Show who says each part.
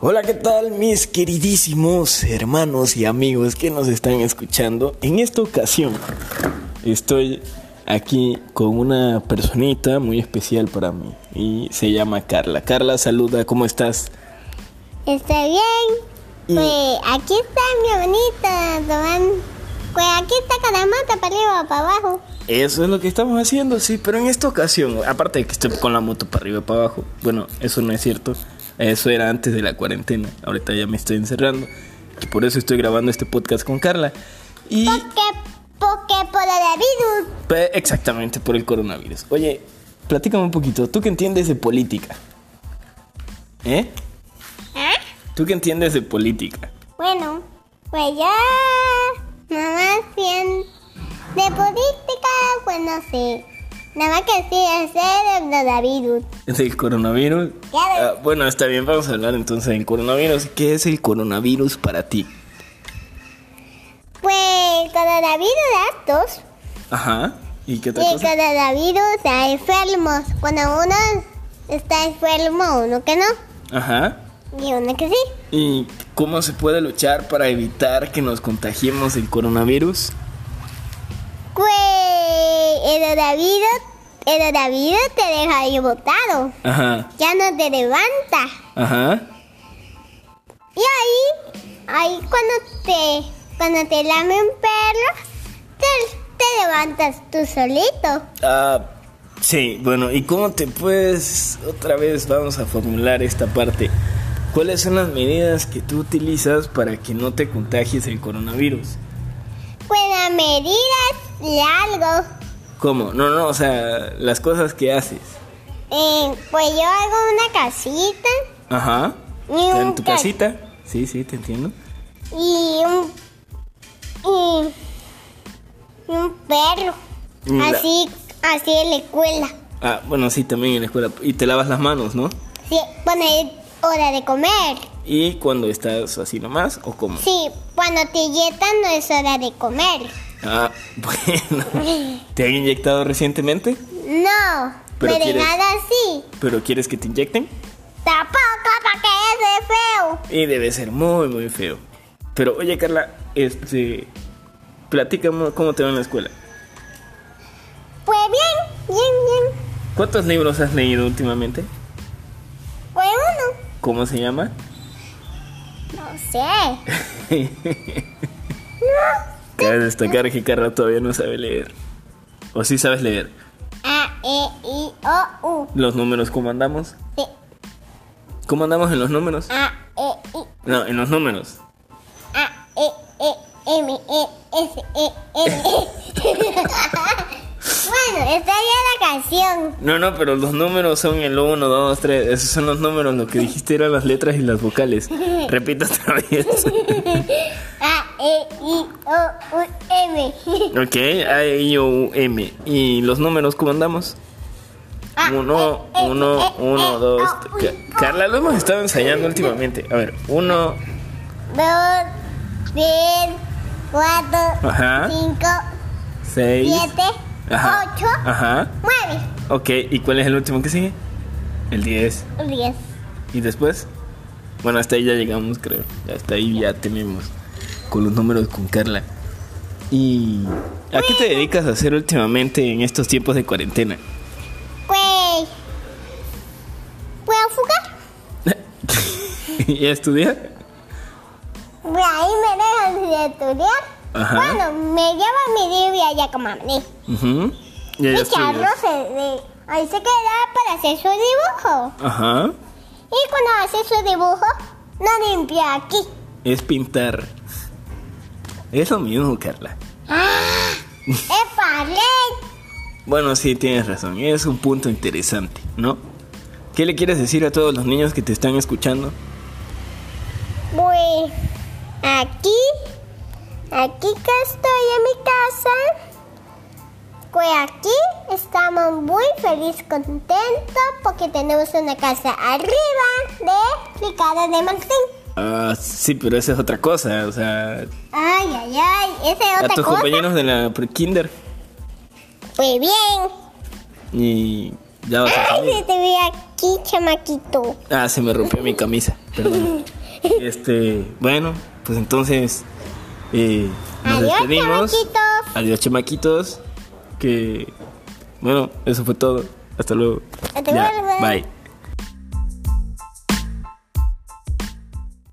Speaker 1: Hola, ¿qué tal mis queridísimos hermanos y amigos que nos están escuchando? En esta ocasión estoy aquí con una personita muy especial para mí y se llama Carla. Carla, saluda, ¿cómo estás?
Speaker 2: Está bien.
Speaker 1: Y-
Speaker 2: Pues aquí está mi abuelita, tomando. Pues aquí está Caramata, para arriba, para abajo.
Speaker 1: Eso es lo que estamos haciendo, sí, pero en esta ocasión, aparte de que estoy con la moto para arriba y para abajo, bueno, eso no es cierto, eso era antes de la cuarentena, ahorita ya me estoy encerrando y por eso estoy grabando este podcast con Carla. Y
Speaker 2: Porque, porque por el virus.
Speaker 1: pe- exactamente por el coronavirus. Oye, platícame un poquito, ¿tú qué entiendes de política? ¿Eh?
Speaker 2: ¿Ah?
Speaker 1: ¿Tú qué entiendes de política?
Speaker 2: Bueno, pues ya. Nada más bien. De política, pues no sé. Nada más que sí, es el coronavirus.
Speaker 1: ¿Del coronavirus?
Speaker 2: Claro.
Speaker 1: Ah, bueno, está bien, vamos a hablar entonces del coronavirus. ¿Qué es el coronavirus para ti?
Speaker 2: Pues el coronavirus datos.
Speaker 1: Ajá. ¿Y qué otra
Speaker 2: Y el
Speaker 1: cosa?
Speaker 2: coronavirus a enfermos. Cuando uno está enfermo, uno que no.
Speaker 1: Ajá.
Speaker 2: Y uno que sí.
Speaker 1: ¿Y cómo se puede luchar para evitar que nos contagiemos del coronavirus?
Speaker 2: Pues el coronavirus, el coronavirus te deja ahí botado.
Speaker 1: Ajá,
Speaker 2: Ya no te levanta.
Speaker 1: ajá.
Speaker 2: Y ahí, ahí cuando te, cuando te lame un perro, te, te levantas tú solito.
Speaker 1: Ah, sí, bueno, ¿y cómo te puedes, otra vez vamos a formular esta parte? ¿Cuáles son las medidas que tú utilizas para que no te contagies el coronavirus?
Speaker 2: Pues la medida es largo.
Speaker 1: ¿Cómo? No, no, o sea, las cosas que haces.
Speaker 2: Eh, pues yo hago una casita
Speaker 1: Ajá.
Speaker 2: Y
Speaker 1: ¿En
Speaker 2: un
Speaker 1: tu
Speaker 2: ca-
Speaker 1: casita? Sí, sí, te entiendo.
Speaker 2: y un, y, y un perro.
Speaker 1: Mm, La-
Speaker 2: Así, así en la escuela.
Speaker 1: Ah, bueno, sí, también en la escuela. Y te lavas las manos, ¿no?
Speaker 2: Sí, bueno, es hora de comer.
Speaker 1: Y cuando estás así nomás, ¿o cómo?
Speaker 2: Sí, cuando te inyectan no es hora de comer.
Speaker 1: Ah, bueno. ¿Te han inyectado recientemente?
Speaker 2: No,
Speaker 1: Pero
Speaker 2: pero,
Speaker 1: quieres-
Speaker 2: nada así.
Speaker 1: ¿Pero quieres que te inyecten?
Speaker 2: Tampoco para que ese es feo.
Speaker 1: Y debe ser muy, muy feo. Pero oye, Carla, este. Platícame cómo te va en la escuela.
Speaker 2: Pues bien, bien, bien.
Speaker 1: ¿Cuántos libros has leído últimamente?
Speaker 2: Pues uno,
Speaker 1: ¿Cómo se llama?
Speaker 2: no sé.
Speaker 1: Cabe destacar que Carla todavía no sabe leer. ¿O sí sabes leer?
Speaker 2: A, E, I, O, U.
Speaker 1: ¿Los números cómo andamos?
Speaker 2: Sí.
Speaker 1: ¿Cómo andamos en los números?
Speaker 2: A, E, I,
Speaker 1: No, en los números.
Speaker 2: A, E, E, M, E, S, E, N, E. Bueno, esta ya es la canción.
Speaker 1: No, no, pero los números son el 1, 2, 3. Esos son los números. Lo que dijiste eran las letras y las vocales. Repito otra vez.
Speaker 2: A, E, I, O, U, M.
Speaker 1: ok, A, E, I, O, U, M. ¿Y los números cómo andamos?
Speaker 2: Ah,
Speaker 1: 1,
Speaker 2: eh,
Speaker 1: 1, 1, 2. Carla, lo hemos estado ensayando últimamente. A ver, 1,
Speaker 2: Dos, tres, cuatro,
Speaker 1: ajá,
Speaker 2: cinco,
Speaker 1: 6,
Speaker 2: siete,
Speaker 1: ajá,
Speaker 2: ocho,
Speaker 1: ajá.
Speaker 2: nueve,
Speaker 1: Ok, ¿y cuál es el último que sigue? El 10.
Speaker 2: diez.
Speaker 1: ¿Y después? Bueno, hasta ahí ya llegamos, creo. Hasta ahí ya tenemos con los números con Carla. ¿Y a qué te dedicas a hacer últimamente en estos tiempos de cuarentena?
Speaker 2: Pues, ¿puedo fugar?
Speaker 1: ¿Y a estudiar?
Speaker 2: Pues ahí me dejan de estudiar.
Speaker 1: Ajá.
Speaker 2: Bueno, me lleva mi libro y allá como a mí.
Speaker 1: Ujú. ¿Y allá
Speaker 2: Y Charro
Speaker 1: estudias?
Speaker 2: se, de- ahí se queda para hacer su dibujo.
Speaker 1: Ajá.
Speaker 2: Y cuando hace su dibujo, lo limpia aquí.
Speaker 1: Es pintar. Es lo mismo, Carla.
Speaker 2: ¡Es pared!
Speaker 1: Bueno, sí, tienes razón. Es un punto interesante, ¿no? ¿Qué le quieres decir a todos los niños que te están escuchando?
Speaker 2: Pues aquí, aquí que estoy en mi casa, pues aquí estamos muy feliz, contentos porque tenemos una casa arriba de Picada de Martín.
Speaker 1: Ah, sí, pero esa es otra cosa. O sea,
Speaker 2: Ay, ay, ay, esa es
Speaker 1: a
Speaker 2: otra
Speaker 1: tus
Speaker 2: cosa.
Speaker 1: compañeros de la pre-kinder.
Speaker 2: Pues bien,
Speaker 1: ¿Y Ya vas a
Speaker 2: Ay,
Speaker 1: salir.
Speaker 2: se te ve aquí, chamaquito.
Speaker 1: Ah, se me rompió mi camisa. Perdón. Este, bueno, pues entonces eh, nos
Speaker 2: Adiós,
Speaker 1: despedimos.
Speaker 2: chamaquitos.
Speaker 1: Adiós, chamaquitos. Que bueno, eso fue todo. Hasta luego.
Speaker 2: Hasta
Speaker 1: Ya,
Speaker 2: luego.
Speaker 1: Bye.